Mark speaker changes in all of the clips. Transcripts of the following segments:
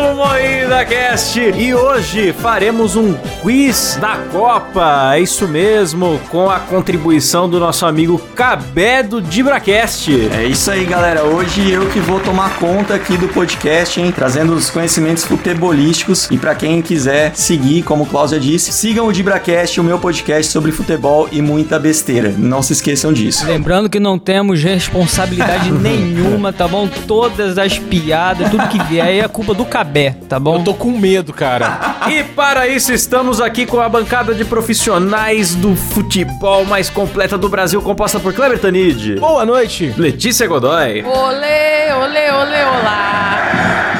Speaker 1: um Moída Cast e hoje faremos um quiz da Copa. É isso mesmo, com a contribuição do nosso amigo Cabé do Dibracast.
Speaker 2: É isso aí, galera. Hoje eu que vou tomar conta aqui do podcast, hein? Trazendo os conhecimentos futebolísticos. E pra quem quiser seguir, como o Klaus já disse, sigam o Dibracast, o meu podcast sobre futebol e muita besteira. Não se esqueçam disso.
Speaker 3: Lembrando que não temos responsabilidade nenhuma, tá bom? Todas as piadas, tudo que vier aí é culpa do Cabé, tá bom?
Speaker 4: Eu tô com medo, cara.
Speaker 1: E para isso estamos aqui com a bancada de profissionais do futebol mais completa do Brasil, composta por Kleber Tanid,
Speaker 4: Boa noite.
Speaker 1: Letícia Godoy.
Speaker 5: Olê, olê, olê, olá.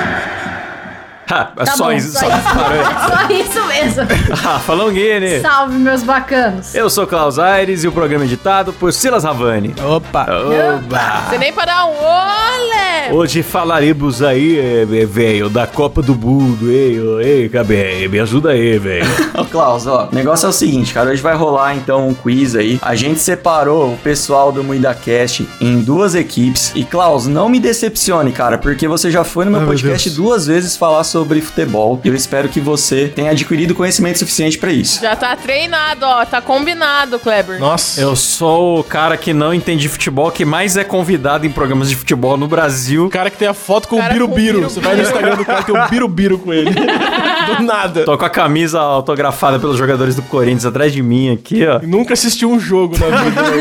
Speaker 1: Ha,
Speaker 5: Tá
Speaker 1: Ah, só
Speaker 5: bom,
Speaker 1: isso, só
Speaker 5: só
Speaker 1: isso, parou aí.
Speaker 5: Só isso mesmo.
Speaker 1: Rafa Longini.
Speaker 5: Salve, meus bacanos.
Speaker 1: Eu sou Klaus Aires e o programa é editado por Silas Ravani.
Speaker 3: Opa!
Speaker 1: Oba!
Speaker 5: Você nem para dar um olê.
Speaker 1: Hoje falaremos aí, é, é, velho, da Copa do Mundo, ei, ô, ei, Cabé, me ajuda aí, velho.
Speaker 2: Ô, Klaus, ó, o negócio é o seguinte, cara. Hoje vai rolar então um quiz aí. A gente separou o pessoal do MuidaCast em duas equipes. E, Klaus, não me decepcione, cara, porque você já foi no meu
Speaker 4: Ai, meu
Speaker 2: podcast
Speaker 4: Deus.
Speaker 2: duas vezes falar sobre futebol. E eu espero que você tenha adquirido conhecimento suficiente pra isso.
Speaker 5: Já tá treinado, ó. Tá combinado, Kleber.
Speaker 4: Nossa.
Speaker 1: Eu sou o cara que não entende futebol, que mais é convidado em programas de futebol no Brasil.
Speaker 4: O cara que tem a foto com o
Speaker 5: Cara com o
Speaker 4: Birubiru.
Speaker 5: birubiru.
Speaker 4: Você vai no Instagram do cara e tem o Birubiru com ele. Do nada.
Speaker 1: Tô com a camisa autografada pelos jogadores do Corinthians atrás de mim aqui, ó.
Speaker 4: Nunca assisti um jogo na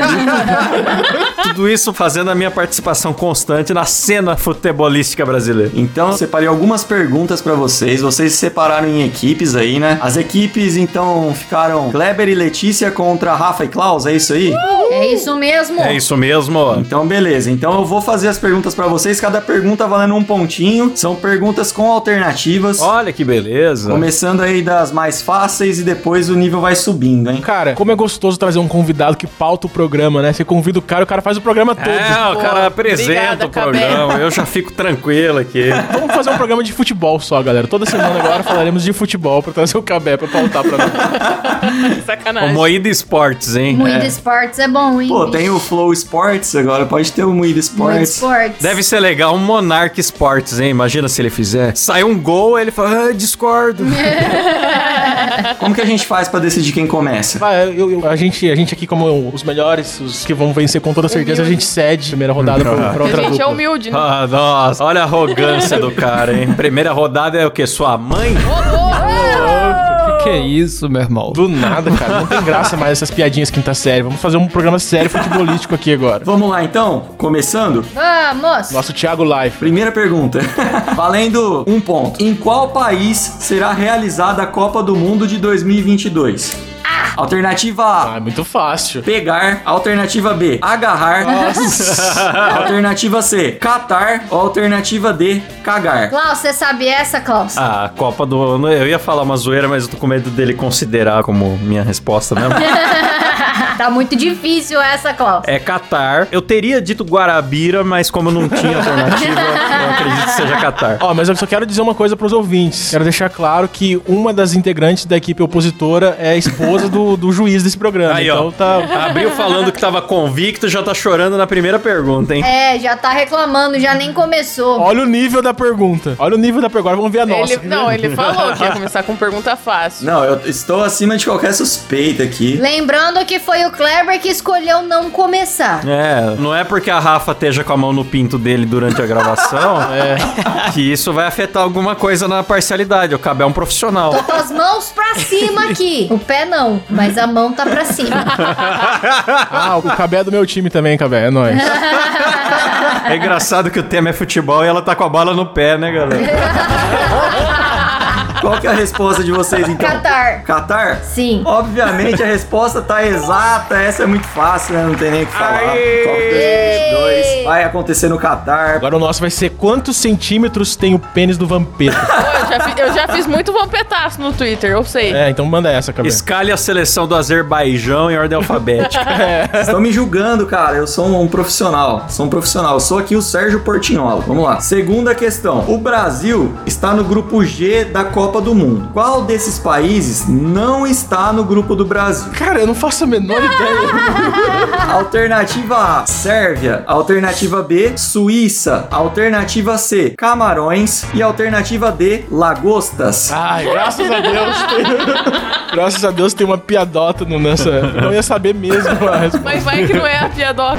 Speaker 4: vida.
Speaker 1: Tudo isso fazendo a minha participação constante na cena futebolística brasileira.
Speaker 2: Então, eu separei algumas perguntas pra vocês. Vocês se separaram em equipes aí, né? As equipes, então, ficaram Kleber e Letícia contra Rafa e Klaus, é isso aí?
Speaker 6: É isso mesmo.
Speaker 1: É isso mesmo, ó.
Speaker 2: Então, beleza. Então, eu vou fazer as perguntas pra vocês. Cada pergunta valendo um pontinho. São perguntas com alternativas.
Speaker 1: Olha que beleza.
Speaker 2: Começando aí das mais fáceis e depois o nível vai subindo, hein?
Speaker 4: Cara, como é gostoso trazer um convidado que pauta o programa, né? Você convida o cara, o cara faz o programa todo.
Speaker 1: É, o cara
Speaker 5: Pô,
Speaker 1: apresenta
Speaker 5: obrigada,
Speaker 1: o programa. Eu já fico tranquilo aqui.
Speaker 4: Vamos fazer um programa de futebol só, galera. Toda semana agora falaremos de futebol pra trazer o Cabé pra pautar pra nós.
Speaker 1: O
Speaker 5: Sacanagem.
Speaker 1: Moída Esportes, hein?
Speaker 6: Muito esportes é bom, hein?
Speaker 2: Pô, tem o Flow Sports agora, pode ter o Moído
Speaker 6: Muito
Speaker 2: Sports.
Speaker 6: esportes.
Speaker 1: Deve ser legal um Monark Esportes, hein? Imagina se ele fizer. Sai um gol, ele fala, ah, discordo.
Speaker 2: Como que a gente faz pra decidir quem começa?
Speaker 4: Vai, Ah, é, eu- eu- a, gente, a gente aqui, como os melhores, os que vão vencer com toda certeza, a gente cede a primeira rodada pra, pra
Speaker 5: A
Speaker 4: outra
Speaker 5: gente é
Speaker 4: dupla.
Speaker 5: humilde, né?
Speaker 1: Ah, nossa, olha a arrogância do cara, hein? Primeira rodada é o quê? Sua mãe?
Speaker 3: Que é isso, meu irmão?
Speaker 4: Do nada, cara. Não tem graça mais essas piadinhas quinta série. Vamos fazer um programa sério futebolístico aqui agora.
Speaker 2: Vamos lá então, começando?
Speaker 6: Vamos.
Speaker 4: Nosso Thiago Life.
Speaker 2: Primeira pergunta. Valendo um ponto. Em qual país será realizada a Copa do Mundo de 2022? Alternativa
Speaker 4: Ah, é
Speaker 2: A.
Speaker 4: muito fácil.
Speaker 2: Pegar. Alternativa B. Agarrar. alternativa C. Catar. Ou alternativa D. Cagar.
Speaker 6: Klaus, você sabe essa, Klaus?
Speaker 1: Ah, Copa do Ano. Eu ia falar uma zoeira, mas eu tô com medo dele considerar como minha resposta mesmo.
Speaker 6: Tá muito difícil essa, Klaus.
Speaker 1: É Catar. Eu teria dito Guarabira, mas como não tinha alternativa, eu acredito que seja Catar.
Speaker 4: Ó, mas eu só quero dizer uma coisa pros ouvintes. Quero deixar claro que uma das integrantes da equipe opositora é a esposa do, do juiz desse programa.
Speaker 1: Aí,
Speaker 4: então
Speaker 1: ó.
Speaker 4: tá.
Speaker 1: Abriu falando que tava convicto, já tá chorando na primeira pergunta, hein?
Speaker 6: É, já tá reclamando, já nem começou.
Speaker 4: Olha o nível da pergunta. Olha o nível da pergunta. Agora vamos ver a nossa.
Speaker 5: ele, não, ele falou que ia começar com pergunta fácil.
Speaker 2: Não, eu estou acima de qualquer suspeita aqui.
Speaker 6: Lembrando que foi o Kleber que escolheu não começar.
Speaker 1: É, não é porque a Rafa esteja com a mão no pinto dele durante a gravação que isso vai afetar alguma coisa na parcialidade. O Cabé é um profissional.
Speaker 6: Tô com as mãos pra cima aqui. O pé não, mas a mão tá pra cima.
Speaker 4: Ah, o Cabé é do meu time também, Cabé. É nóis.
Speaker 1: É engraçado que o tema é futebol e ela tá com a bola no pé, né, galera?
Speaker 2: Qual que é a resposta de vocês então?
Speaker 6: Catar.
Speaker 2: Catar?
Speaker 6: Sim.
Speaker 2: Obviamente a resposta tá exata, essa é muito fácil, né? Não tem nem o que falar.
Speaker 1: Aê!
Speaker 2: Copa 2022 vai acontecer no Catar.
Speaker 4: Agora o nosso vai ser quantos centímetros tem o pênis do Vampeta?
Speaker 5: Pô, eu já fiz fi- eu já fiz muito vampetaço no Twitter, eu sei.
Speaker 4: É, então manda essa, cabelo.
Speaker 1: Escalhe a seleção do Azerbaijão em ordem alfabética.
Speaker 2: Vocês estão me julgando, cara. Eu sou um profissional. Sou um profissional. Eu sou aqui o Sérgio Portinhola. Vamos lá. Segunda questão. O Brasil está no grupo G da Copa do Mundo. Qual desses países não está no grupo do Brasil?
Speaker 4: Cara, eu não faço a menor ideia.
Speaker 2: Alternativa A, Sérvia. Alternativa B, Suíça. Alternativa C, Camarões. E alternativa D, Lagostas.
Speaker 4: Ai, graças a Deus. tem- graças a Deus tem uma piadota no nessa. Não ia saber mesmo a resposta.
Speaker 5: Mas vai que não é a piadoca.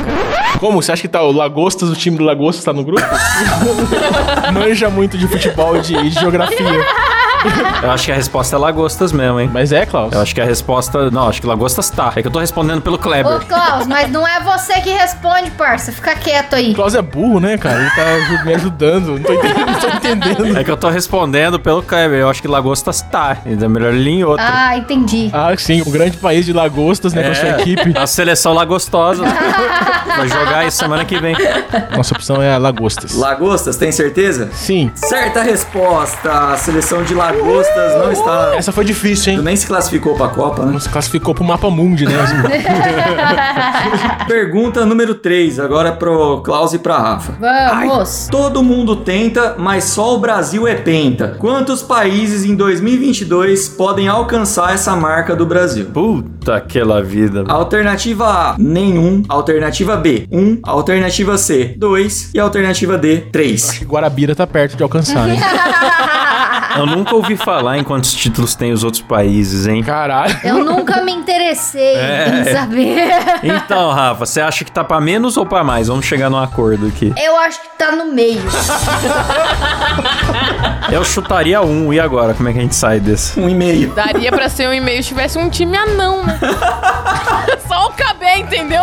Speaker 4: Como? Você acha que tá o Lagostas, o time do Lagostas tá no grupo? Manja muito de futebol e de, e de geografia.
Speaker 1: Eu acho que a resposta é lagostas mesmo, hein?
Speaker 4: Mas é, Klaus.
Speaker 1: Eu acho que a resposta. Não, acho que lagostas tá. É que eu tô respondendo pelo Kleber.
Speaker 6: Ô, Klaus, mas não é você que responde, parça. Fica quieto aí.
Speaker 4: Klaus é burro, né, cara? Ele tá ju- me ajudando. Não tô entendendo. Não tô entendendo.
Speaker 1: É que eu tô respondendo pelo Kleber. Eu acho que lagostas tá. Ainda é melhor ele ir em outra.
Speaker 6: Ah, entendi.
Speaker 4: Ah, sim, um grande país de lagostas, né, com a
Speaker 1: É.
Speaker 4: sua equipe.
Speaker 1: A seleção lagostosa. Vai jogar aí semana que vem.
Speaker 4: Nossa opção é lagostas.
Speaker 2: Lagostas, tem certeza?
Speaker 4: Sim.
Speaker 2: Certa resposta. A seleção de Lagostas não está.
Speaker 4: Essa foi difícil, hein?
Speaker 2: Nem se classificou para a Copa, né?
Speaker 4: Não se classificou pro mapa mundi, né?
Speaker 2: Pergunta número 3, agora pro Klaus e pra Rafa.
Speaker 6: Vamos.
Speaker 2: Todo mundo tenta, mas só o Brasil é penta. Quantos países em 2022 podem alcançar essa marca do Brasil?
Speaker 1: Puta aquela vida. mano.
Speaker 2: Alternativa A, nenhum. Alternativa B, 1. Alternativa C, 2. E alternativa D, 3.
Speaker 4: Guarabira tá perto de alcançar, né?
Speaker 1: Eu nunca ouvi falar em quantos títulos tem os outros países, hein?
Speaker 4: Caralho.
Speaker 6: Eu nunca me interessei em saber.
Speaker 1: Então, Rafa, você acha que tá pra menos ou pra mais? Vamos chegar num acordo aqui.
Speaker 6: Eu acho que tá no meio.
Speaker 1: Eu chutaria um, e agora? Como é que a gente sai desse?
Speaker 2: Um e meio.
Speaker 5: Daria pra ser um e-mail se tivesse um time anão, né? Só o cabé, entendeu?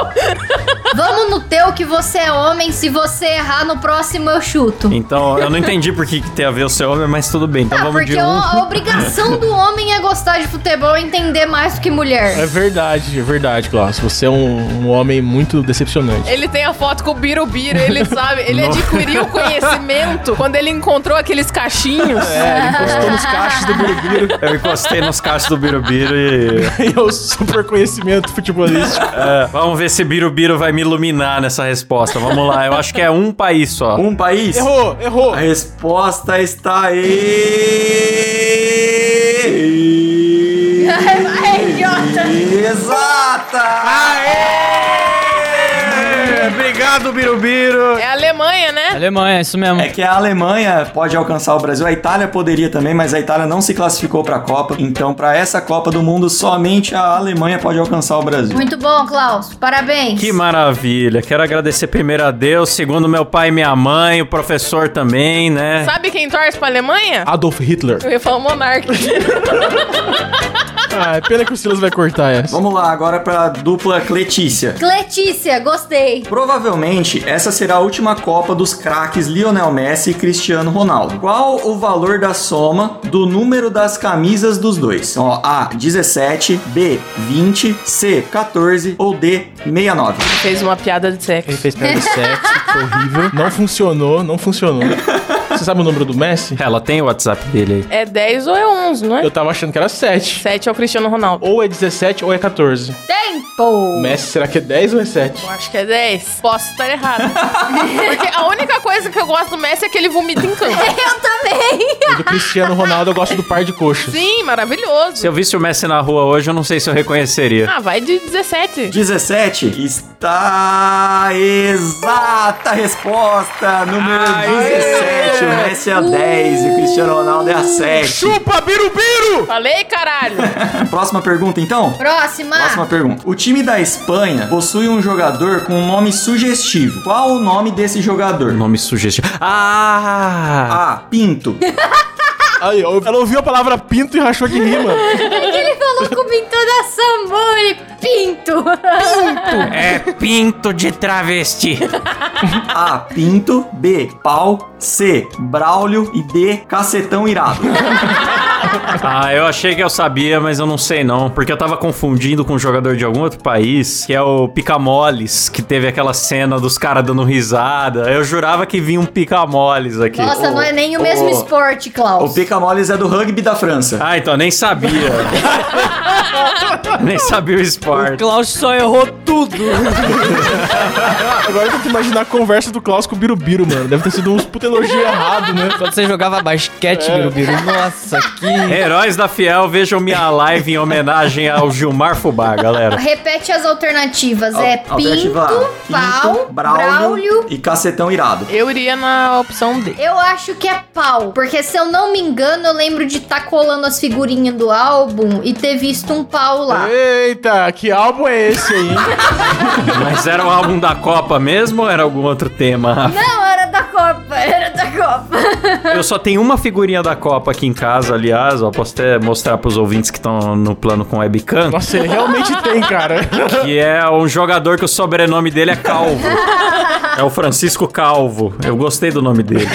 Speaker 6: Vamos no teu que você é homem. Se você errar no próximo, eu chuto.
Speaker 1: Então, eu não entendi por que, que tem a ver o seu homem, mas tudo bem. Então
Speaker 6: Ah,
Speaker 1: vamos de
Speaker 6: porque
Speaker 1: um.
Speaker 6: o- a obrigação do homem é gostar de futebol e entender mais do que
Speaker 4: É
Speaker 6: mulher.
Speaker 4: verdade, é verdade, Klaus. Você é um, um homem muito decepcionante.
Speaker 5: Ele tem a foto com o Birubiru, ele sabe, ele adquiriu conhecimento quando ele encontrou aqueles cachinhos.
Speaker 4: Ele encostou nos cachos do Guarabira
Speaker 1: Eu encostei nos cachos do Birubiru e.
Speaker 4: e É o super conhecimento futebolístico.
Speaker 1: É, vamos ver se Birubiru vai me iluminar nessa resposta. Vamos lá, eu acho que é um país só.
Speaker 2: Um país?
Speaker 4: Errou, errou.
Speaker 2: A resposta está aí. Exata!
Speaker 1: É, Obrigado, Birubiru!
Speaker 5: É a Alemanha, né?
Speaker 3: Alemanha, é isso mesmo.
Speaker 2: É que a Alemanha pode alcançar o Brasil, a Itália poderia também, mas a Itália não se classificou para a Copa. Então, para essa Copa do Mundo, somente a Alemanha pode alcançar o Brasil.
Speaker 6: Muito bom, Klaus. Parabéns.
Speaker 1: Que maravilha! Quero agradecer primeiro a Deus, segundo meu pai e minha mãe, o professor também, né?
Speaker 5: Sabe quem torce pra Alemanha?
Speaker 4: Adolf Hitler.
Speaker 5: Eu ia falar o Monark.
Speaker 4: Ah, é pena que o Silas vai cortar essa.
Speaker 2: Vamos lá, agora para dupla Cletícia.
Speaker 6: Letícia, gostei.
Speaker 2: Provavelmente, essa será a última Copa dos craques Lionel Messi e Cristiano Ronaldo. Qual o valor da soma do número das camisas dos dois? Então, Ó, A, 17, B, 20, C, 14 ou D, 69.
Speaker 5: Fez uma piada de
Speaker 3: Ele
Speaker 5: sexo.
Speaker 3: fez piada de sexo, foi horrível.
Speaker 4: Não funcionou, não funcionou. Você sabe o número do Messi?
Speaker 1: Ela tem o WhatsApp dele aí.
Speaker 5: É 10 ou é 11, não é?
Speaker 4: Eu tava achando que era 7.
Speaker 5: 7 é o Cristiano Ronaldo.
Speaker 4: Ou é 17 ou é 14.
Speaker 6: Tempo.
Speaker 4: Messi, será que é 10 ou é 7?
Speaker 5: Eu acho que é 10. Posso estar errado. Porque a única coisa que eu gosto do Messi é que ele vomita em campo.
Speaker 6: Eu também.
Speaker 4: E do Cristiano Ronaldo eu gosto do par de coxas.
Speaker 5: Sim, maravilhoso.
Speaker 1: Se eu visse o Messi na rua hoje, eu não sei se eu reconheceria.
Speaker 5: Ah, vai de 17.
Speaker 2: 17 está exata resposta. Número 17. O Messi é a 10 e o Cristiano Ronaldo é a 7.
Speaker 4: Chupa, birubiru!
Speaker 5: Falei, caralho.
Speaker 2: Próxima pergunta, então?
Speaker 6: Próxima.
Speaker 2: Próxima pergunta. O time da Espanha possui um jogador com um nome sugestivo. Qual o nome desse jogador?
Speaker 1: Nome sugestivo. Ah!
Speaker 2: A. Pinto.
Speaker 4: Aí, ó, ela ouviu a palavra pinto e rachou de rima.
Speaker 6: É que ele falou comigo toda sambora e pinto.
Speaker 1: É pinto de travesti.
Speaker 2: A. Pinto. B. Pau. C. Braulio. E D. Cacetão Irado.
Speaker 1: Ah, eu achei que eu sabia, mas eu não sei não. Porque eu tava confundindo com um jogador de algum outro país, que é o Picamoles, que teve aquela cena dos caras dando risada. Eu jurava que vinha um Picamoles aqui.
Speaker 6: Nossa, não é nem o mesmo
Speaker 2: ô,
Speaker 6: esporte,
Speaker 2: O
Speaker 6: Klaus.
Speaker 2: Pica Moles é do rugby da França.
Speaker 1: Ah, então nem sabia. nem sabia o esporte.
Speaker 3: O Klaus só errou tudo.
Speaker 4: Agora eu tento imaginar a conversa do Klaus com o Birubiru, mano. Deve ter sido uns puta elogio errado, né?
Speaker 3: Ah, Quando você jogava basquete,
Speaker 6: É.
Speaker 3: Birubiru, nossa, que...
Speaker 1: Heróis da Fiel, vejam minha live em homenagem ao Gilmar Fubá, galera.
Speaker 6: Repete as alternativas. é
Speaker 2: Al-
Speaker 6: pinto,
Speaker 2: alternativa A,
Speaker 6: pau,
Speaker 2: Pinto,
Speaker 6: braulio.
Speaker 2: e cacetão irado.
Speaker 5: Eu iria na opção D.
Speaker 6: Eu acho que é pau, porque se eu não me engano, eu lembro de estar colando as figurinhas do álbum e ter visto um pau lá.
Speaker 4: Eita, que álbum é esse aí?
Speaker 1: Mas era o álbum da Copa mesmo ou era algum outro tema?
Speaker 6: Não, era da Copa, era da Copa.
Speaker 1: Eu só tenho uma figurinha da Copa aqui em casa, aliás, ó, posso até mostrar pros ouvintes que estão no plano com webcam,
Speaker 4: Nossa, ele realmente tem, cara.
Speaker 1: que é um jogador que o sobrenome dele é Calvo. É o Francisco Calvo. Eu gostei do nome dele.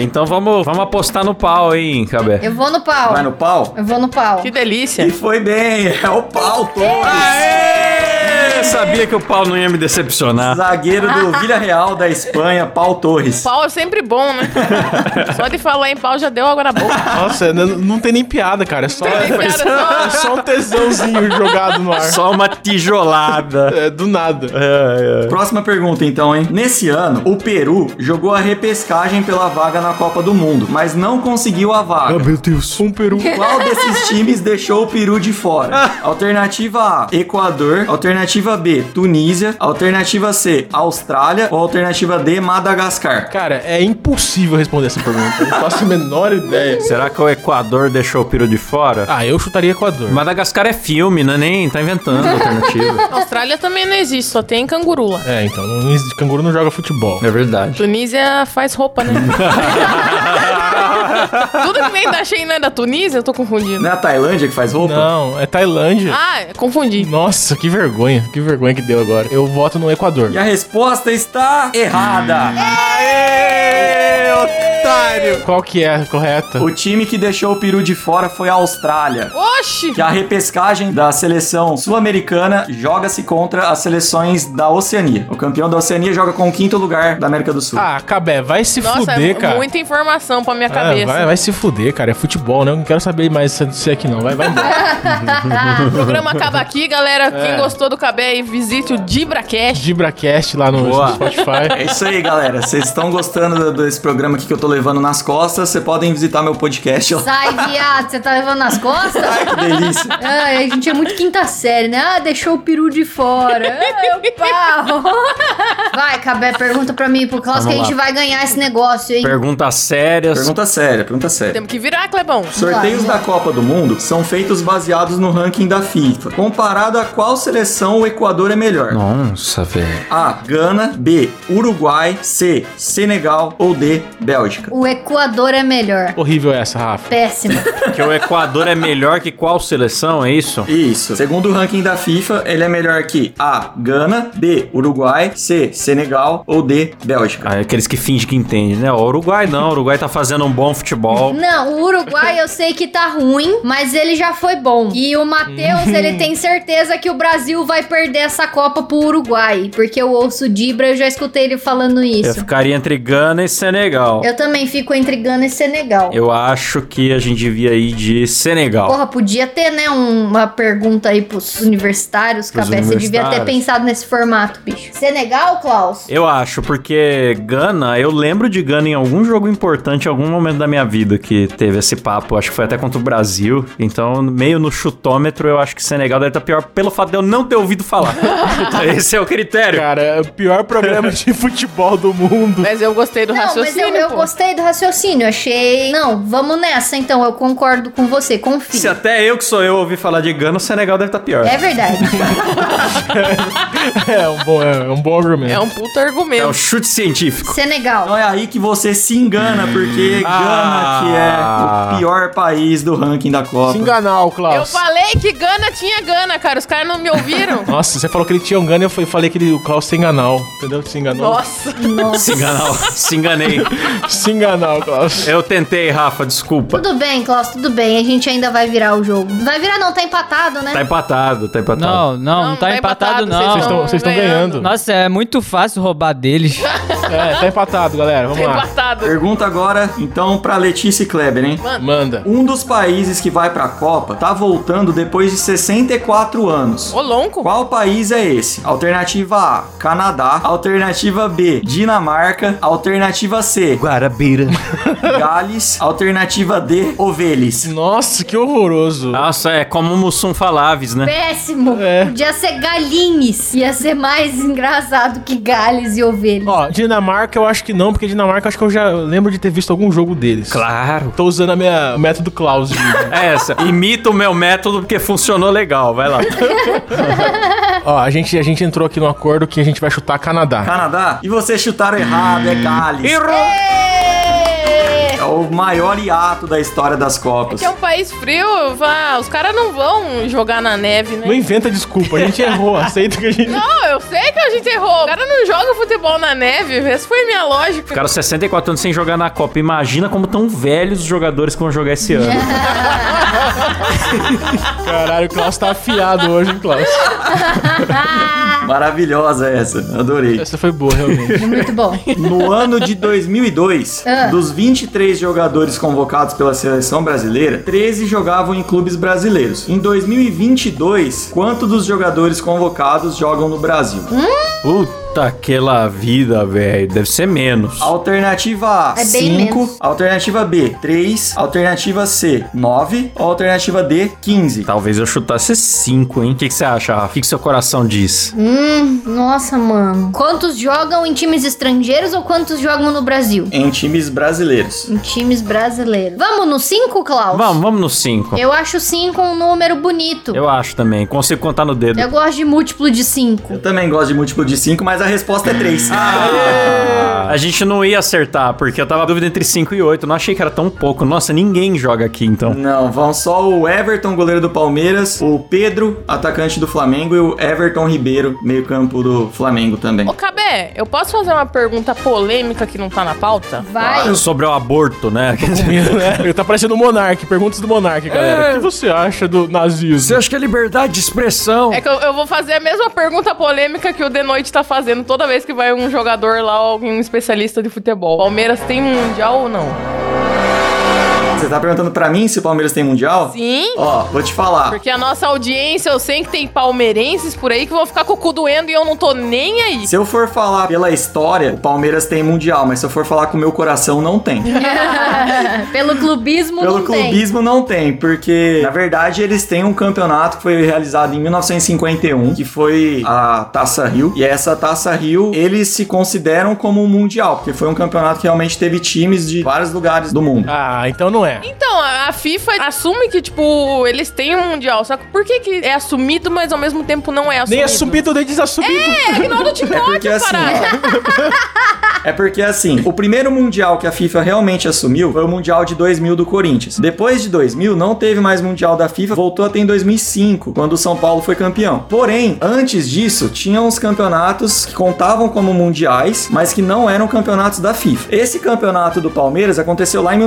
Speaker 1: Então vamos, vamos apostar no pau, hein, Cabé?
Speaker 6: Eu vou no pau.
Speaker 2: Vai no pau?
Speaker 6: Eu vou no pau.
Speaker 5: Que delícia.
Speaker 2: E foi bem, é o pau, Torres.
Speaker 1: Aê! Sabia que o pau não ia me
Speaker 3: Ah.
Speaker 1: decepcionar.
Speaker 2: Zagueiro do Villarreal da Espanha, Pau Torres.
Speaker 5: Pau é sempre bom, né? Só de falar em pau já deu água na boca.
Speaker 4: Nossa, n- não, tem nem piada, cara. É só,
Speaker 5: Tem nem
Speaker 4: é só-
Speaker 5: piada,
Speaker 4: é só um tesãozinho jogado no ar.
Speaker 1: Só uma tijolada.
Speaker 4: É, do nada.
Speaker 1: É, é.
Speaker 2: Próxima pergunta, então, hein? Nesse ano, o Peru jogou a repescagem pela vaga na Copa do Mundo, mas não conseguiu a vaga.
Speaker 4: meu Deus. Um peru.
Speaker 2: Qual desses times deixou o Peru de fora? Alternativa A, Equador. Alternativa B, Tunísia. Alternativa C, Austrália. Ou alternativa D, Madagascar?
Speaker 4: Cara, é impossível responder essa pergunta. Eu não faço a menor ideia.
Speaker 1: Será que o Equador deixou o Peru de fora?
Speaker 4: Ah, eu chutaria Equador.
Speaker 1: Madagascar é filme, né? Nem tá inventando alternativa.
Speaker 5: A Austrália também não existe, só tem canguru lá.
Speaker 4: É, então, não, existe- canguru não joga futebol.
Speaker 1: É verdade.
Speaker 5: Tunísia faz roupa, né? Tudo que nem da China é da Tunísia, eu tô confundindo.
Speaker 2: Não é a Tailândia que faz roupa?
Speaker 4: Não, é Tailândia.
Speaker 5: Ah, confundi.
Speaker 4: Nossa, que vergonha. Que vergonha que deu agora. Eu voto no Equador.
Speaker 2: E a resposta está errada.
Speaker 1: Aê, otário!
Speaker 4: Qual que é a correta?
Speaker 2: O time que deixou o Peru de fora foi a Austrália.
Speaker 5: Oxi!
Speaker 2: que é a repescagem da seleção sul-americana joga-se contra as seleções da Oceania. O campeão da Oceania joga com o quinto lugar da América do Sul.
Speaker 4: Ah, Cabé, vai se
Speaker 5: Nossa,
Speaker 4: fuder,
Speaker 5: é
Speaker 4: cara.
Speaker 5: muita informação pra minha
Speaker 4: Ah,
Speaker 5: cabeça.
Speaker 4: vai, vai se fuder, cara. É futebol, né? Eu não quero saber mais disso aqui, não. Vai, vai embora.
Speaker 5: O programa acaba aqui, galera.
Speaker 4: É.
Speaker 5: Quem gostou do Cabé aí, visite o DibraCast.
Speaker 4: Gibracast lá no
Speaker 1: Boa.
Speaker 2: É
Speaker 4: Spotify.
Speaker 2: isso aí, galera. Vocês estão gostando do- desse programa aqui que eu tô levando nas costas? Vocês podem visitar meu podcast lá.
Speaker 6: Sai, viado, você tá levando nas costas?
Speaker 2: Ai, que delícia.
Speaker 6: Ai, a gente é muito quinta série, né? Ah, deixou o peru de fora. Ah, é o pau. Vai, Cabé, pergunta pra mim e pro Klaus
Speaker 1: Vamos
Speaker 6: que a gente
Speaker 1: lá.
Speaker 6: vai ganhar esse negócio, hein?
Speaker 1: Perguntas sérias.
Speaker 2: Pergunta séria, pergunta séria.
Speaker 5: Temos que virar, Clebão.
Speaker 2: Sorteios
Speaker 6: Vai.
Speaker 2: da Copa do Mundo são feitos baseados no ranking da FIFA. Comparado a qual seleção o Equador é melhor?
Speaker 1: Nossa, velho.
Speaker 2: A. Gana. B. Uruguai. C. Senegal. Ou D. Bélgica.
Speaker 6: O Equador é melhor.
Speaker 4: Horrível essa, Rafa.
Speaker 6: Péssimo.
Speaker 1: Que o Equador é melhor que qual seleção, é isso?
Speaker 2: Isso. Segundo o ranking da FIFA, ele é melhor que A, Gana, B, Uruguai, C, Senegal ou D, Bélgica.
Speaker 1: Ah, é aqueles que fingem que entendem, né? O Uruguai não, o Uruguai tá fazendo um bom futebol.
Speaker 6: Não, o Uruguai eu sei que tá ruim, mas ele já foi bom. E o Matheus, ele tem certeza que o Brasil vai perder essa Copa pro Uruguai. Porque eu ouço o Dibra, eu já escutei ele falando
Speaker 1: Eu
Speaker 6: isso.
Speaker 1: ficaria entre Gana e Senegal.
Speaker 6: Eu também fico entre Gana e Senegal.
Speaker 1: Eu acho que a gente devia ir de Senegal.
Speaker 6: Porra, podia ter, né, um- uma pergunta aí pros universitários,
Speaker 1: Pros
Speaker 6: cabeça. Você devia ter
Speaker 1: universitários.
Speaker 6: pensado nesse formato, bicho. Senegal, Klaus?
Speaker 1: Eu acho, porque Gana, eu lembro de Gana em algum jogo importante, em algum momento da minha vida que teve esse papo. Acho que foi até contra o Brasil. Então, meio no chutômetro, eu acho que Senegal deve estar pior pelo fato de eu não ter ouvido falar. Esse é o critério.
Speaker 4: Cara, é o pior programa de futebol do mundo.
Speaker 5: Mas eu gostei do
Speaker 6: Não, mas
Speaker 5: raciocínio,
Speaker 6: eu, eu
Speaker 5: pô.
Speaker 6: gostei do raciocínio, achei... Não, vamos nessa, então, eu concordo com você,
Speaker 1: Se
Speaker 6: confio.
Speaker 1: até eu que sou eu ouvi falar tá É de Gana, o Senegal deve estar pior.
Speaker 6: É verdade.
Speaker 4: É um bom, é um bom argumento.
Speaker 5: É um puto argumento.
Speaker 1: É um chute científico.
Speaker 6: Senegal.
Speaker 2: Então é aí que você se engana, porque Gana,
Speaker 1: Ah.
Speaker 2: que é o pior país do ranking da Copa.
Speaker 4: Se enganar,
Speaker 5: É um Eu
Speaker 4: Klaus.
Speaker 5: falei que Gana tinha Gana, cara. Os caras não me ouviram.
Speaker 4: Nossa, você falou que ele tinha um gano e eu fui- falei que ele- o Klaus se enganou, entendeu? Se enganou.
Speaker 5: Nossa.
Speaker 1: Se enganou. Se enganei.
Speaker 4: Se enganou, Klaus.
Speaker 1: Eu tentei, Rafa, desculpa.
Speaker 6: Tudo bem, Klaus, tudo bem. A gente ainda vai virar o jogo. Vai virar não, tá empatado, né?
Speaker 1: Tá empatado, tá empatado.
Speaker 3: Não, não, não, tá, empatado, não.
Speaker 4: Vocês tão- vocês tão ganhando.
Speaker 3: Nossa, é muito fácil roubar deles.
Speaker 4: É, tá empatado, galera. Vamos lá.
Speaker 5: Empatado.
Speaker 2: Pergunta agora, então, pra Letícia e Kleber, hein?
Speaker 4: Manda.
Speaker 2: Um dos países que vai pra Copa tá voltando depois de 64 anos.
Speaker 5: Ô, lonco.
Speaker 2: Qual país é esse? Alternativa A, Canadá. Alternativa B, Dinamarca. Alternativa C,
Speaker 1: Guarabira.
Speaker 2: Gales. Alternativa D, Ovelhas.
Speaker 4: Nossa, que horroroso.
Speaker 1: Nossa, é como o Mussum Falaves, né?
Speaker 6: Péssimo.
Speaker 4: É.
Speaker 6: Podia ser galinhas. Ia ser mais engraçado que galhos e ovelhas.
Speaker 4: Ó, Dinamarca eu acho que não, porque Dinamarca eu acho que eu já lembro de ter visto algum jogo deles.
Speaker 1: Claro.
Speaker 4: Tô usando a minha o método Klaus. de-
Speaker 1: É essa. Imita o meu método porque funcionou legal. Vai lá.
Speaker 4: Ó, a gente, a gente entrou aqui num acordo que a gente vai chutar Canadá.
Speaker 2: Canadá? E vocês chutaram errado, é Gales. É o maior hiato da história das Copas.
Speaker 5: Que é um país frio. vá, os caras não vão jogar na neve, né?
Speaker 4: Não inventa desculpa, a gente errou. Aceita que a gente.
Speaker 5: Não, eu sei que a gente errou. O cara não joga futebol na neve. Essa foi a minha lógica.
Speaker 1: Ficaram 64 anos sem jogar na Copa. Imagina como tão velhos os jogadores que vão jogar esse ano.
Speaker 4: Caralho, o Klaus tá afiado hoje, hein, Klaus.
Speaker 2: Maravilhosa essa, adorei.
Speaker 4: Essa foi boa, realmente.
Speaker 6: Muito bom.
Speaker 2: No ano de 2002,
Speaker 6: Ah.
Speaker 2: dos 23 jogadores convocados pela seleção brasileira, 13 jogavam em clubes brasileiros. Em 2022, quanto dos jogadores convocados jogam no Brasil?
Speaker 6: Hum?
Speaker 1: Puta que lá vida, velho. Deve ser menos.
Speaker 2: Alternativa A,
Speaker 6: É bem
Speaker 2: 5.
Speaker 6: menos.
Speaker 2: Alternativa B, 3. Alternativa C, 9. Alternativa D, Tá? 15.
Speaker 1: Talvez eu chutasse 5, hein? O que que você acha, Rafa? O que que seu coração diz?
Speaker 6: Hum, nossa, mano. Quantos jogam em times estrangeiros ou quantos jogam no Brasil?
Speaker 2: Em times brasileiros.
Speaker 6: Em times brasileiros. Vamos no 5, Klaus?
Speaker 1: Vamos, vamos no 5.
Speaker 6: Eu acho 5 um número bonito.
Speaker 1: Eu acho também. Consigo contar no dedo.
Speaker 6: Eu gosto de múltiplo de 5.
Speaker 2: Eu também gosto de múltiplo de 5, mas a resposta é 3.
Speaker 1: A gente não ia acertar, porque eu tava dúvida entre 5 e 8. Não achei que era tão pouco. Nossa, ninguém joga aqui, então.
Speaker 2: Não, vão só o Everton, goleiro do Palmeiras, o Pedro, atacante do Flamengo, e o Everton Ribeiro, meio-campo do Flamengo também.
Speaker 5: Ô, Cabé, eu posso fazer uma pergunta polêmica que não tá na pauta?
Speaker 6: Vai.
Speaker 1: Sobre o aborto, né?
Speaker 4: Ele tá parecendo o Monark. Perguntas do Monark, galera. O que você acha do nazismo?
Speaker 1: acha que é liberdade de expressão?
Speaker 5: É que eu, eu vou fazer a mesma pergunta polêmica que o De Noite tá fazendo toda vez que vai um jogador lá, alguém, um especialista de futebol. Palmeiras tem mundial ou não?
Speaker 2: Você tá perguntando pra mim se o Palmeiras tem Mundial?
Speaker 5: Sim.
Speaker 2: Ó, vou te falar.
Speaker 5: Porque a nossa audiência, eu sei que tem palmeirenses por aí que vão ficar com o cu doendo e eu não tô nem aí.
Speaker 2: Se eu for falar pela história, o Palmeiras tem Mundial, mas se eu for falar com o meu coração, não tem.
Speaker 6: Pelo clubismo
Speaker 2: Pelo
Speaker 6: não tem.
Speaker 2: clubismo não tem, porque na verdade eles têm um campeonato que foi realizado em 1951, que foi a Taça Rio. E essa Taça Rio, eles se consideram como um mundial, porque foi um campeonato que realmente teve times de vários lugares do mundo.
Speaker 4: Ah, então não é.
Speaker 5: Então, a a FIFA assume que, tipo, eles têm um mundial. Só que por que, que é assumido, mas ao mesmo tempo não é assumido?
Speaker 4: Nem assumido, nem desassumido.
Speaker 5: É, Agnaldo Timóteo,
Speaker 2: porque assim,
Speaker 5: caralho.
Speaker 2: É porque assim, o primeiro mundial que a FIFA realmente assumiu foi o mundial de 2000 do Corinthians. Depois de 2000 não teve mais mundial da FIFA, voltou até em 2005, quando o São Paulo foi campeão. Porém, antes disso, tinham uns campeonatos que contavam como mundiais, mas que não eram campeonatos da FIFA. Esse campeonato do Palmeiras aconteceu lá em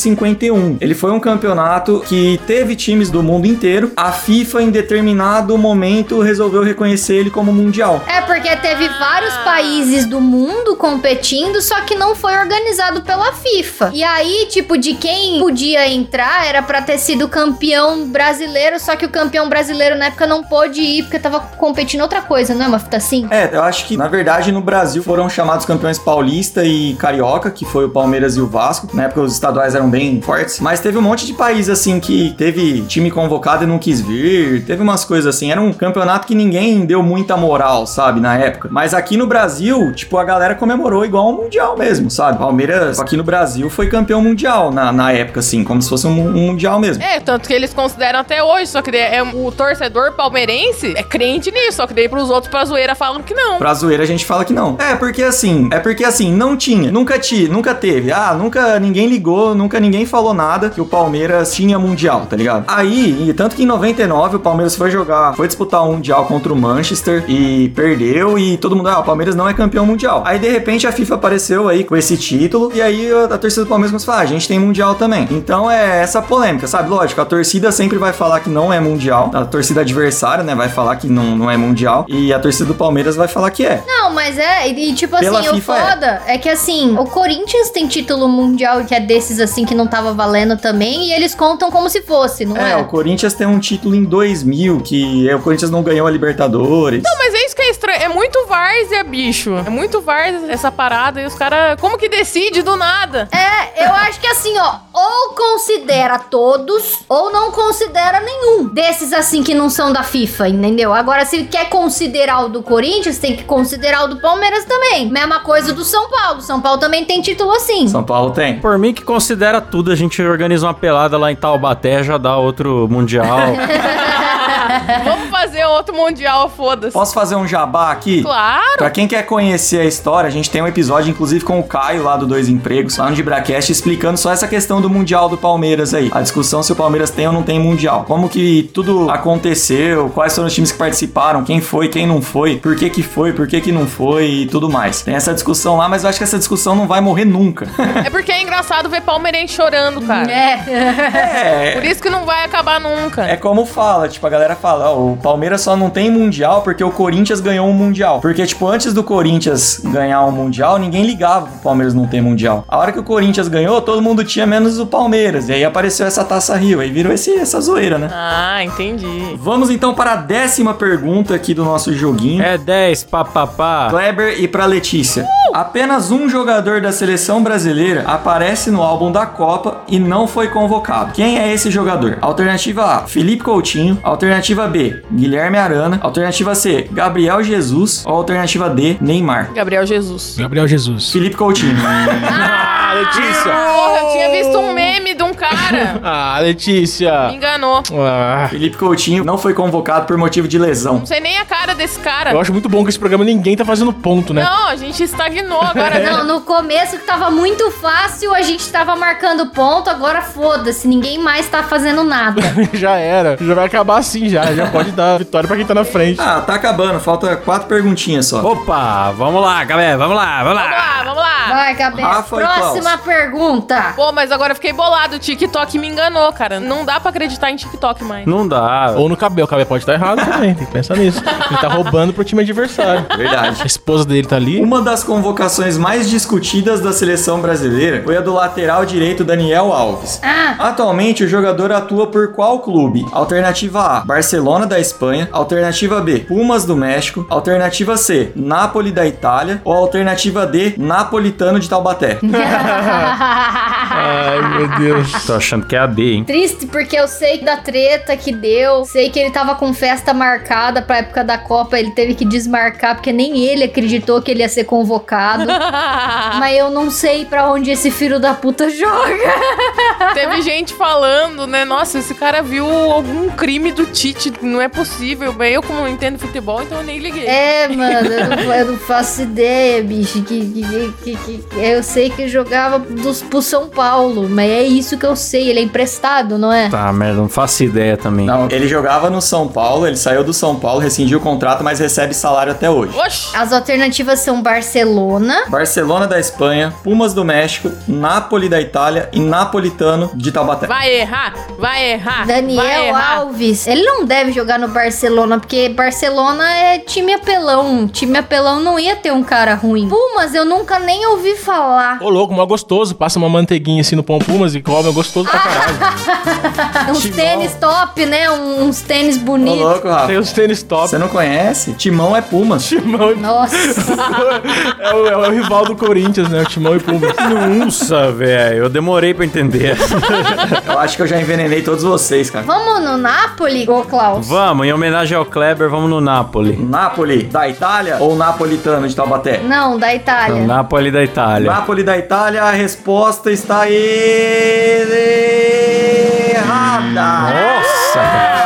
Speaker 2: 1951. Ele foi um campeonato que teve times do mundo inteiro. A FIFA em determinado momento resolveu reconhecer ele como mundial.
Speaker 6: É porque teve vários países do mundo competindo, só que não foi organizado pela FIFA. E aí, tipo, de quem podia entrar era pra ter sido campeão brasileiro, só que o campeão brasileiro na época não pôde ir porque tava competindo outra coisa, não é uma fita assim?
Speaker 2: É, eu acho que, na verdade, no Brasil foram chamados campeões paulista e carioca, que foi o Palmeiras e o Vasco. Na época os estaduais eram bem fortes. Mas teve um monte de país, assim, que teve time convocado e não quis vir. Teve umas coisas assim. Era um campeonato que ninguém deu muita moral, sabe, na época. Mas aqui no Brasil, tipo, a galera comemorou igual ao Mundial mesmo, sabe? Palmeiras aqui no Brasil foi campeão mundial na, na época, assim, como se fosse um, um Mundial mesmo.
Speaker 5: É, tanto que eles consideram até hoje, só que daí é, o torcedor palmeirense é crente nisso, só que daí pros outros pra zoeira falam que não.
Speaker 2: Pra zoeira a gente fala que não. É, porque assim, é porque assim, não tinha, nunca ti, nunca teve. Ah, nunca ninguém ligou, nunca ninguém falou nada que o Palmeiras tinha mundial, tá ligado? Aí, e tanto que em 99 o Palmeiras foi jogar, foi disputar um mundial contra o Manchester e perdeu e todo mundo, ah, o Palmeiras não é campeão mundial. Aí de repente a FIFA apareceu aí com esse título e aí a, a torcida do Palmeiras começou a falar, ah, a gente tem mundial também. Então é essa polêmica, sabe? Lógico, a torcida sempre vai falar que não é mundial, a torcida adversária, né, vai falar que não, não é mundial e a torcida do Palmeiras vai falar que é.
Speaker 6: Não, mas é, e, e tipo
Speaker 2: Pela
Speaker 6: assim, o
Speaker 2: FIFA é.
Speaker 6: foda é. que assim, o Corinthians tem título mundial que é desses assim que não tava valendo também, e eles contam como se fosse, não é?
Speaker 2: É, o Corinthians tem um título em 2000 que é, o Corinthians não ganhou a Libertadores.
Speaker 5: Não, mas é isso que é estranho. É muito várzea, bicho. É muito várzea essa parada. E os caras, como que decide do nada?
Speaker 6: É, eu acho que assim, ó, ou considera todos, ou não considera nenhum desses assim que não são da FIFA, entendeu? Agora, se quer considerar o do Corinthians, tem que considerar o do Palmeiras também. Mesma coisa do São Paulo. São Paulo também tem título assim.
Speaker 2: São Paulo tem.
Speaker 1: Por mim que considera tudo, a gente organiza uma pelada lá em Taubaté, já dá outro mundial.
Speaker 5: Vamos fazer outro mundial, foda-se.
Speaker 2: Posso fazer um jabá aqui?
Speaker 5: Claro.
Speaker 2: Pra quem quer conhecer a história, a gente tem um episódio, inclusive, com o Caio lá do Dois Empregos, lá no Dibracast, explicando só essa questão do Mundial do Palmeiras aí. A discussão se o Palmeiras tem ou não tem Mundial. Como que tudo aconteceu, quais foram os times que participaram, quem foi, quem não foi, por que que foi, por que que não foi e tudo mais. Tem essa discussão lá, mas eu acho que essa discussão não vai morrer nunca.
Speaker 5: É porque é engraçado ver palmeirense chorando, cara.
Speaker 6: É.
Speaker 5: Por
Speaker 2: é...
Speaker 5: isso que não vai acabar nunca.
Speaker 2: É como fala, tipo, a galera fala, ó, o Palmeiras só não tem Mundial porque o Corinthians ganhou um Mundial. Porque, tipo, antes do Corinthians ganhar um Mundial, ninguém ligava pro Palmeiras não ter Mundial. A hora que o Corinthians ganhou, todo mundo tinha menos o Palmeiras. E aí apareceu essa Taça Rio, aí virou esse, essa zoeira, né?
Speaker 5: Ah, entendi.
Speaker 2: Vamos então para a décima pergunta aqui do nosso joguinho.
Speaker 1: é 10, papapá.
Speaker 2: Kleber e pra Letícia. Apenas um jogador da seleção brasileira aparece no álbum da Copa e não foi convocado. Quem é esse jogador? Alternativa A, Felipe Coutinho. Alternativa B, Guilherme Arana. Alternativa C, Gabriel Jesus. Ou alternativa D, Neymar.
Speaker 5: Gabriel Jesus.
Speaker 4: Gabriel Jesus.
Speaker 2: Felipe Coutinho.
Speaker 1: Ah, Letícia!
Speaker 5: Porra, eu tinha visto um meme de um cara.
Speaker 4: Ah, Letícia.
Speaker 5: Me enganou.
Speaker 4: Ah.
Speaker 2: Felipe Coutinho não foi convocado por motivo de lesão.
Speaker 5: Não sei nem a cara desse cara.
Speaker 4: Eu acho muito bom que é. esse programa ninguém tá fazendo ponto, né?
Speaker 5: Não, a gente estagnou agora.
Speaker 6: Não, no começo que tava muito fácil, a gente tava marcando ponto, agora foda-se, ninguém mais tá fazendo nada.
Speaker 4: já era. Já vai acabar assim já. Já pode dar vitória pra quem tá na frente.
Speaker 2: Ah, tá acabando. Falta quatro perguntinhas só.
Speaker 1: Opa, vamos lá, galera, vamos lá, vamos
Speaker 5: Vamos
Speaker 1: lá.
Speaker 5: lá, vamos lá.
Speaker 6: Vai, cabeça.
Speaker 2: Rafa e
Speaker 6: Próxima pergunta.
Speaker 5: Pô, mas agora eu fiquei bolado. O TikTok me enganou, cara. Não dá pra acreditar em TikTok mais.
Speaker 1: Não dá.
Speaker 4: Ou no cabelo. O cabelo pode estar errado também. Tem que pensar nisso. Ele tá roubando pro time adversário.
Speaker 2: Verdade.
Speaker 4: A esposa dele tá ali.
Speaker 2: Uma das convocações mais discutidas da seleção brasileira foi a do lateral direito Daniel Alves.
Speaker 6: Ah,
Speaker 2: Atualmente, o jogador atua por qual clube? Alternativa A, Barcelona da Espanha. Alternativa B, Pumas do México. Alternativa C, Napoli da Itália. Ou alternativa D, Napolitano de Taubaté.
Speaker 6: Hum.
Speaker 2: Ah,
Speaker 4: Ai, meu Deus.
Speaker 1: Tô achando que é a D, hein?
Speaker 6: Triste porque eu sei da treta que deu, sei que ele tava com festa marcada pra época da Copa, ele teve que desmarcar porque nem ele acreditou que ele ia ser convocado. Mas eu não sei pra onde esse filho da puta joga.
Speaker 5: Teve gente falando, né? Nossa, esse cara viu algum crime do Tite. Não é possível. Mas eu, como não entendo futebol, então eu nem liguei.
Speaker 6: É, mano, eu não, eu não faço ideia, bicho. Que, que- que- que- que- eu sei que jogava dos, pro São Paulo, mas é isso que eu sei. Ele é emprestado, não é?
Speaker 1: Tá, merda, não faço ideia também.
Speaker 2: Não, ele jogava no São Paulo, ele saiu do São Paulo, rescindiu o contrato, mas recebe salário até hoje.
Speaker 5: Oxi!
Speaker 6: As alternativas são Barcelona.
Speaker 2: Barcelona da Espanha, Pumas do México, Napoli da Itália e Napolitano de Taubaté.
Speaker 5: Vai errar, vai errar. Ah, vai
Speaker 6: Daniel
Speaker 5: errar.
Speaker 6: Alves, ele não deve jogar no Barcelona, porque Barcelona é time apelão. Time apelão não ia ter um cara ruim. Pumas, eu nunca nem ouvi falar.
Speaker 4: Ô, louco, mó gostoso. Passa uma manteiguinha assim no pão Pumas e come. É gostoso pra caralho.
Speaker 6: Uns
Speaker 2: Timão.
Speaker 6: tênis top, né? Um- Uns tênis
Speaker 2: Ô
Speaker 6: bonitos.
Speaker 2: louco, Rafa.
Speaker 4: Tem os tênis top.
Speaker 2: Você não conhece? Timão é Pumas.
Speaker 4: Timão e...
Speaker 6: Nossa.
Speaker 4: é, o, é o rival do Corinthians, né? O Timão e Pumas.
Speaker 1: Nossa, velho, eu demorei pra entender.
Speaker 2: Eu acho que eu já envenenei todos vocês, cara.
Speaker 6: Vamos no Napoli, ô Klaus?
Speaker 1: Vamos, em homenagem ao Kleber, vamos no Napoli.
Speaker 2: Napoli da Itália ou napolitano de Taubaté?
Speaker 6: Não, da
Speaker 1: No
Speaker 6: Itália.
Speaker 1: Napoli da Itália.
Speaker 2: Napoli da Itália, a resposta está e- errada.
Speaker 1: Nossa, cara.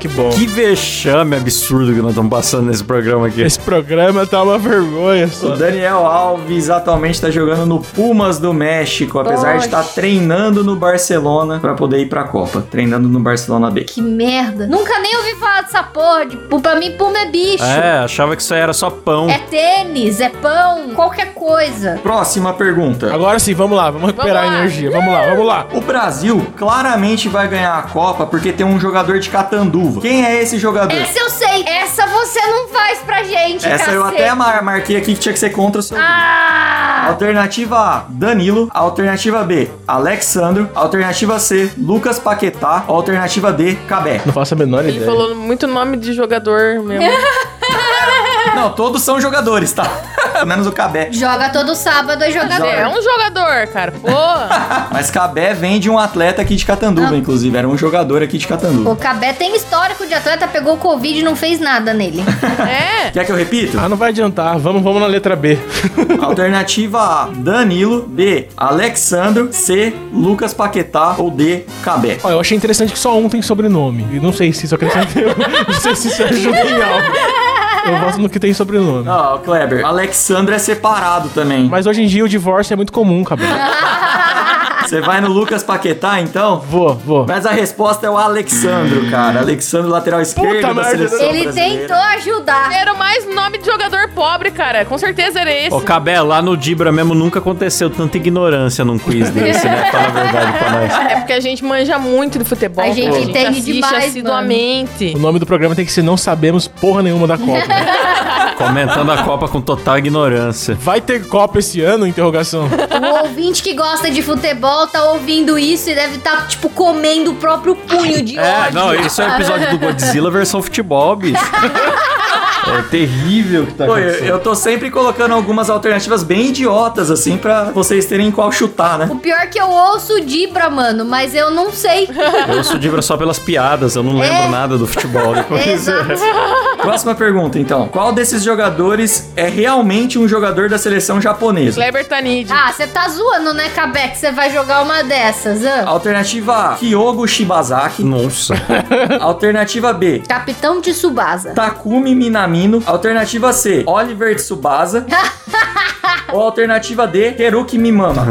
Speaker 4: Que bom.
Speaker 1: Que vexame absurdo que nós estamos passando nesse programa aqui.
Speaker 4: Esse programa tá uma vergonha
Speaker 2: O
Speaker 4: só.
Speaker 2: Daniel Alves atualmente está jogando no Pumas do México, apesar de estar
Speaker 6: Poxa.
Speaker 2: treinando no Barcelona para poder ir para a Copa, treinando no Barcelona B.
Speaker 6: Que merda. Nunca nem ouvi falar dessa porra. De, pra mim, puma é bicho.
Speaker 1: É, achava que isso aí era só pão.
Speaker 6: É tênis, é pão, qualquer coisa.
Speaker 2: Próxima pergunta.
Speaker 4: Agora sim, vamos lá, vamos recuperar
Speaker 5: lá.
Speaker 4: a energia. Vamos lá, vamos lá.
Speaker 2: O Brasil claramente vai ganhar a Copa porque tem um jogador de Catanduva. Quem é esse jogador?
Speaker 6: Essa eu sei. Essa você não faz pra gente,
Speaker 2: Essa eu
Speaker 6: cacete.
Speaker 2: até mar- marquei aqui que tinha que ser contra o seu.
Speaker 6: Ah!
Speaker 2: Alternativa A, Danilo. Alternativa B, Alexandro. Alternativa C, Lucas Paquetá. Alternativa D, Cabé.
Speaker 4: Não faço a menor
Speaker 5: Ele
Speaker 4: ideia.
Speaker 5: falou muito nome de jogador mesmo.
Speaker 6: É,
Speaker 2: Não, todos são jogadores, tá? Menos o Cabé.
Speaker 6: Joga todo sábado é
Speaker 5: Cadê? É
Speaker 6: jogador.
Speaker 5: um jogador, cara. Pô,
Speaker 2: Mas Cabé vem de um atleta aqui de Catanduva, inclusive. Era um jogador aqui de Catanduva.
Speaker 6: O Cabé tem histórico de atleta, pegou Covid e não fez nada nele.
Speaker 5: é.
Speaker 2: Quer que eu repito?
Speaker 4: Ah, não vai adiantar. Vamos, vamos na letra B.
Speaker 2: Alternativa A, Danilo. B, Alexandro. C, Lucas Paquetá. Ou D, Cabé.
Speaker 4: Ó, eu achei interessante que só um tem sobrenome. E não sei se isso acrescentou. não sei se isso ajuda em algo. Eu gosto no que tem sobrenome.
Speaker 2: Ó, Kleber, Alexandro é separado também.
Speaker 4: Mas hoje em dia o divórcio é muito comum, cabelo.
Speaker 2: Você vai no Lucas Paquetá, então?
Speaker 4: Vou, vou.
Speaker 2: Mas a resposta é o Alexandro, cara. Alexandro, lateral esquerdo da
Speaker 4: merda.
Speaker 2: seleção
Speaker 6: Ele
Speaker 2: brasileira.
Speaker 6: tentou ajudar.
Speaker 5: Era o mais nome de jogador pobre, cara. Com certeza era esse.
Speaker 1: Ô, Cabé, lá no Dibra mesmo nunca aconteceu tanta ignorância num quiz desse, né? Fala a verdade pra nós.
Speaker 5: É porque a gente manja muito de futebol.
Speaker 6: A gente
Speaker 5: pô.
Speaker 6: entende
Speaker 5: assiste
Speaker 6: demais,
Speaker 5: assiduamente.
Speaker 4: O nome do programa tem que ser Não Sabemos Porra Nenhuma da Copa.
Speaker 1: Comentando a Copa com total ignorância.
Speaker 4: Vai ter Copa esse ano? Interrogação.
Speaker 6: O ouvinte que gosta de futebol tá ouvindo isso e deve estar, tipo, comendo o próprio punho de
Speaker 1: É,
Speaker 6: ódio.
Speaker 1: não, isso é o episódio do Godzilla versão futebol, bicho. É terrível o que tá
Speaker 2: Pô, eu, eu tô sempre colocando algumas alternativas bem idiotas, assim, pra vocês terem qual chutar, né?
Speaker 6: O pior é que eu ouço o Dibra, mano, mas eu não sei.
Speaker 1: Eu sou Dibra só pelas piadas, eu não lembro
Speaker 6: É.
Speaker 1: nada do futebol. é.
Speaker 6: Exato.
Speaker 2: Próxima pergunta, então. Qual desses jogadores é realmente um jogador da seleção japonesa?
Speaker 5: Kleber Tanid.
Speaker 6: Ah, você tá zoando, né, Cabé, que você vai jogar uma dessas, hã?
Speaker 2: Alternativa A, Kyogo Shibazaki.
Speaker 1: Nossa.
Speaker 2: Alternativa B,
Speaker 6: Capitão de Subasa.
Speaker 2: Takumi Minamino. Alternativa C, Oliver Tsubasa. Ou alternativa D, Teruki Mimama.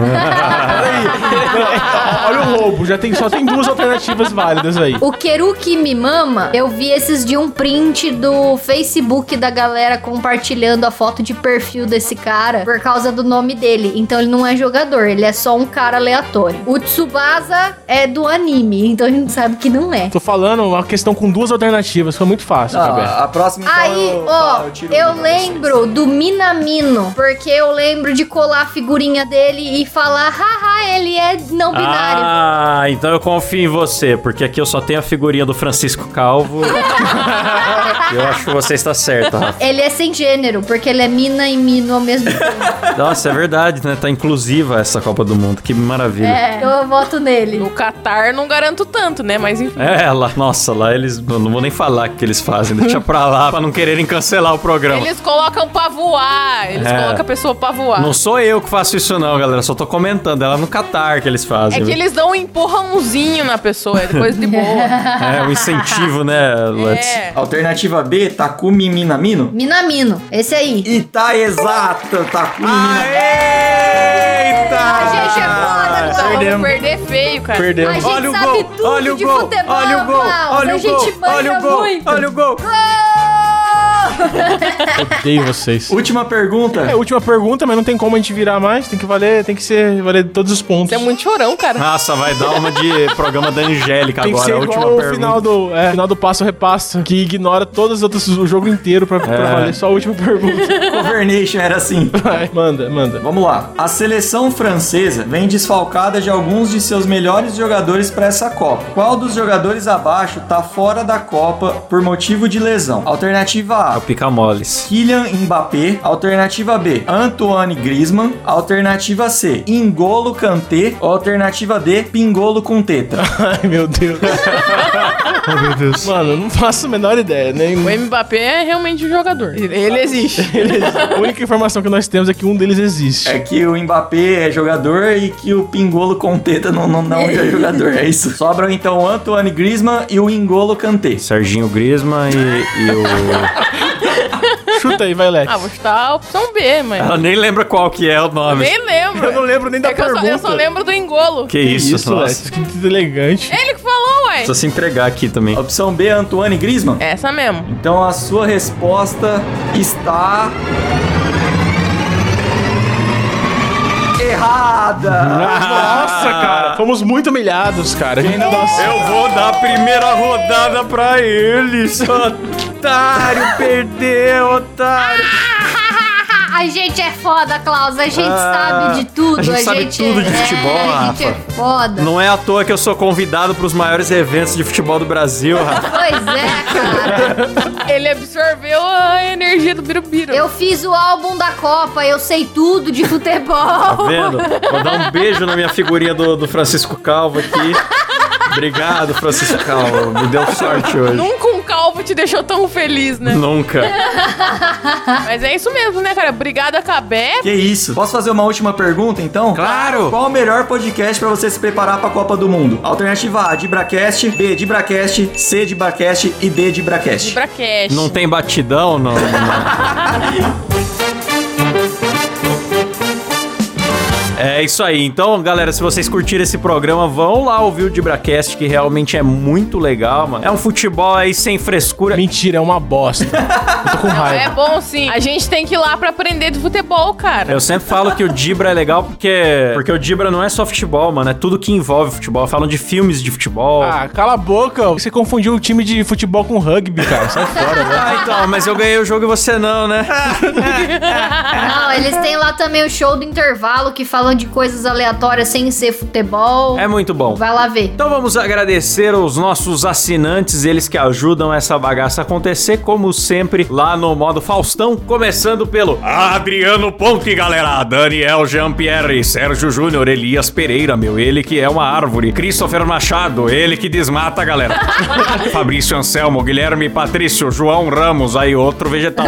Speaker 4: Olha o roubo, já tem, só tem duas alternativas válidas aí.
Speaker 6: O Queru que me mama, eu vi esses de um print do Facebook da galera compartilhando a foto de perfil desse cara por causa do nome dele. Então ele não é jogador, ele é só um cara aleatório. O Tsubasa é do anime, então a gente sabe que não é.
Speaker 2: Então,
Speaker 4: Tô falando uma questão com duas alternativas, foi muito fácil, Cabé.
Speaker 2: Ah, a próxima então,
Speaker 6: Aí,
Speaker 2: eu,
Speaker 6: ó,
Speaker 2: eu tiro
Speaker 6: eu,
Speaker 2: uma pra vocês.
Speaker 6: lembro do Minamino, porque eu lembro de colar a figurinha dele e falar, haha, ele é não binário.
Speaker 1: Ah, então eu confio em você, porque aqui eu só tenho a figurinha do Francisco Calvo. eu acho que você está certa, Rafa.
Speaker 6: Ele é sem gênero, porque ele é mina e mino ao mesmo tempo.
Speaker 1: Nossa, é verdade, né? Tá inclusiva essa Copa do Mundo, que maravilha.
Speaker 6: É, eu voto nele.
Speaker 5: No Catar não garanto tanto, né? Mas enfim.
Speaker 1: É, lá, nossa, lá eles. eu Não vou nem falar o que eles fazem, deixa pra lá pra não quererem cancelar o programa.
Speaker 5: Eles colocam pra voar. Eles
Speaker 1: É.
Speaker 5: colocam a pessoa pra voar.
Speaker 1: Não sou eu que faço isso, não, galera. Só tô comentando. É lá no Qatar que eles fazem.
Speaker 5: É
Speaker 4: né?
Speaker 5: que eles dão um empurrãozinho na pessoa, é coisa de boa.
Speaker 1: É, um incentivo, né, Lutz?
Speaker 5: é.
Speaker 2: Alternativa B, Takumi Minamino.
Speaker 6: Minamino, esse aí.
Speaker 2: E tá exato, Takumi Minamino.
Speaker 1: Eita!
Speaker 6: A gente é
Speaker 4: Ah,
Speaker 6: foda, Klaus.
Speaker 5: Vamos Ah, perder feio, cara.
Speaker 6: A
Speaker 1: Perdemos.
Speaker 6: gente sabe tudo de futebol,
Speaker 1: olha o gol,
Speaker 6: Klaus.
Speaker 1: olha
Speaker 6: A
Speaker 1: o
Speaker 6: gente
Speaker 1: gol,
Speaker 6: manja
Speaker 1: olha o gol,
Speaker 6: muito.
Speaker 1: olha o gol.
Speaker 6: Ah,
Speaker 4: Odeio vocês.
Speaker 2: Última pergunta.
Speaker 4: É, última pergunta, mas não tem como a gente virar mais, tem que valer, tem que ser valer todos os pontos.
Speaker 5: Você é muito chorão, cara.
Speaker 1: Nossa, vai dar uma de programa da Angélica
Speaker 4: Tem que
Speaker 1: agora,
Speaker 4: ser
Speaker 1: a última
Speaker 4: igual o
Speaker 1: pergunta.
Speaker 4: final do, é, final do passo repassa, que ignora todas as outras, o jogo inteiro pra, pra
Speaker 1: É.
Speaker 4: valer só a última pergunta.
Speaker 2: Governation era assim.
Speaker 4: Vai, manda, manda.
Speaker 2: Vamos lá. A seleção francesa vem desfalcada de alguns de seus melhores jogadores para essa Copa. Qual dos jogadores abaixo tá fora da Copa por motivo de lesão? Alternativa A,
Speaker 1: É O Picamoles.
Speaker 2: Kylian Mbappé. Alternativa B, Antoine Griezmann. Alternativa C, Ingolo Kanté. Alternativa D, Pingolo com teta.
Speaker 4: Ai, meu Deus.
Speaker 7: meu Deus.
Speaker 4: Mano, eu não faço a menor ideia. Nem...
Speaker 5: O Mbappé é realmente um jogador. Ele existe.
Speaker 4: A única informação que nós temos é que um deles existe.
Speaker 2: É que o Mbappé é jogador e que o Pingolo com teta não, não, não é jogador. É isso. Sobram então o Antoine Griezmann e o Ingolo Kanté.
Speaker 1: Serginho Grisman e, e o. É.
Speaker 4: Chuta aí, vai, Lex.
Speaker 5: Ah, vou chutar a opção B, mas.
Speaker 1: Ela nem lembra qual que é o nome.
Speaker 5: Nem lembro.
Speaker 4: Ah, Eu não lembro nem da
Speaker 5: é que eu só, eu só
Speaker 4: pergunta.
Speaker 5: lembro do engolo.
Speaker 1: Que isso, nossa.
Speaker 4: Lex. Que elegante.
Speaker 5: Ele que falou, ué.
Speaker 1: Precisa se entregar aqui também.
Speaker 2: Opção B, Antoine Griezmann.
Speaker 5: Essa mesmo.
Speaker 2: Então a sua resposta está. Errada!
Speaker 4: Nossa, cara. Fomos muito humilhados, cara. A gente
Speaker 1: Eu vou dar a primeira rodada pra ele, seu otário. Perdeu, otário.
Speaker 6: A gente é foda, Klaus. A gente
Speaker 1: Ah,
Speaker 6: sabe de tudo.
Speaker 1: a gente sabe tudo de
Speaker 6: é,
Speaker 1: futebol,
Speaker 6: A gente
Speaker 1: Rafa.
Speaker 6: é foda.
Speaker 1: Não é à toa que eu sou convidado pros maiores eventos de futebol do Brasil, Rafa.
Speaker 6: Pois é, cara.
Speaker 5: Ele absorveu a energia do Birubiru.
Speaker 6: Eu fiz o álbum da Copa. Eu sei tudo de
Speaker 1: Tá
Speaker 6: futebol.
Speaker 1: vendo? Vou dar um beijo na minha figurinha do, do Francisco Calvo aqui. Obrigado, Francisco Calvo. Me deu sorte hoje.
Speaker 5: Nunca um calvo te deixou tão feliz, né?
Speaker 1: Nunca.
Speaker 5: Mas é isso mesmo, né, cara? Obrigada, Cabé.
Speaker 2: Que isso? Posso fazer uma última pergunta, então?
Speaker 1: Claro.
Speaker 2: Qual o melhor podcast pra você se preparar pra Copa do Mundo? Alternativa A, Dibracast, B, Dibracast, C, Dibracast e D, Dibracast.
Speaker 5: Pra cash.
Speaker 1: Não tem batidão, não. não. É isso aí. Então, galera, se vocês curtiram esse programa, vão lá ouvir o Dibracast, que realmente é muito legal, mano. É um futebol aí sem frescura.
Speaker 4: Mentira, é uma bosta. Eu tô com
Speaker 5: É
Speaker 4: raiva.
Speaker 5: bom sim. A gente tem que ir lá pra aprender de futebol, cara.
Speaker 1: Eu sempre falo que o Dibra é legal porque porque o Dibra não é só futebol, mano, é tudo que envolve futebol. Falam de filmes de futebol.
Speaker 4: Ah, cala a boca. Você confundiu o time de futebol com rugby, cara. tá Sai fora, velho.
Speaker 1: Ah, então, mas eu ganhei o jogo e você não, né?
Speaker 6: Não, eles têm lá também o show do intervalo que falam de coisas aleatórias sem ser futebol.
Speaker 1: É muito bom.
Speaker 6: Vai lá ver.
Speaker 1: Então vamos agradecer aos nossos assinantes, eles que ajudam essa bagaça a acontecer, como sempre, lá no modo Faustão, começando pelo Adriano Ponte, galera, Daniel Jean-Pierre, Sérgio Júnior, Elias Pereira, meu, ele que é uma árvore, Christopher Machado, ele que desmata, galera, Fabrício Anselmo, Guilherme Patrício, João Ramos, aí outro vegetal,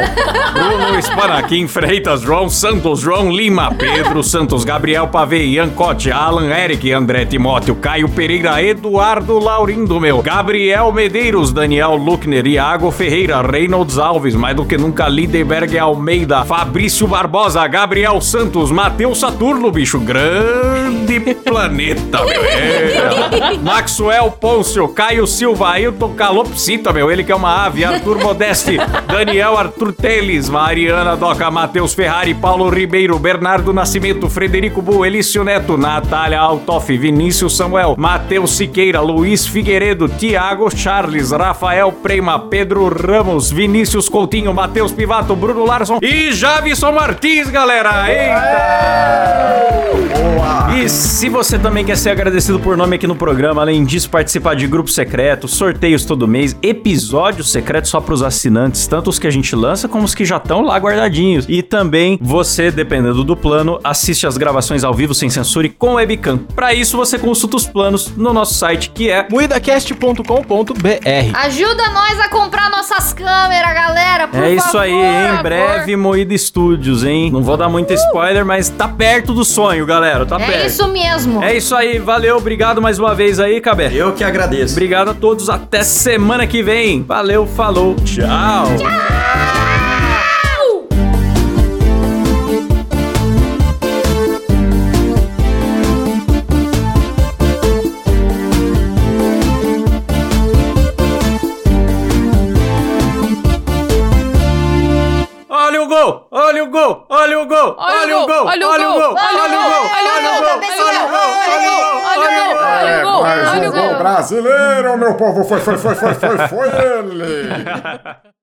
Speaker 1: Bruno Espanaquim Freitas, João Santos, João Lima, Pedro Santos, Gabriel Pavei, Ian Cote, Alan Eric, André Timóteo, Caio Pereira, Eduardo Laurindo, meu, Gabriel Medeiros, Daniel Luckner, Iago Ferreira, Reynolds Alves, mais do que nunca, Lideberg Almeida, Fabrício Barbosa, Gabriel Santos, Matheus Saturno, bicho, grande planeta, meu, é. Maxwell Pôncio, Caio Silva, Ailton Calopsita, meu, ele que é uma ave, Arthur Modeste, Daniel Arthur Teles, Mariana Doca, Matheus Ferrari, Paulo Ribeiro, Bernardo Nascimento, Frederico Bu, Elício Neto, Natália Altoff, Vinícius Samuel, Matheus Siqueira, Luiz Figueiredo, Tiago Charles, Rafael Prema, Pedro Ramos, Vinícius Coutinho, Matheus Pivato, Bruno Larson e Javison Martins, galera! Eita! E se você também quer ser agradecido por nome aqui no programa, além disso, participar de grupo secreto, sorteios todo mês, episódio secreto só para os assinantes, tanto os que a gente lança como os que já estão lá guardadinhos. E também você, dependendo do plano, assiste as gravações ao vivo sem censura e com webcam. Para isso, você consulta os planos no nosso site, que é
Speaker 4: Muidacast.com.br
Speaker 6: Ajuda nós a comprar nossas câmeras, galera, por
Speaker 1: É isso
Speaker 6: favor.
Speaker 1: aí, em
Speaker 5: favor.
Speaker 1: breve Moída Studios, hein? Não vou dar muito spoiler, mas tá perto do sonho, galera, tá perto.
Speaker 6: É isso mesmo.
Speaker 1: É isso aí, valeu, obrigado mais uma vez aí, Cabé.
Speaker 2: Eu que agradeço.
Speaker 1: Obrigado a todos, até semana que vem. Valeu, falou, tchau. Olha o gol! Olha o gol! Olha o gol! Olha
Speaker 5: um
Speaker 1: o gol! Olha o gol! Olha o gol!
Speaker 5: Olha o um gol! Olha o gol! É, Olha o gol! Olha o gol! Olha o gol!
Speaker 7: Mais um gol brasileiro, meu povo. Foi, foi, foi, foi, foi, foi ele.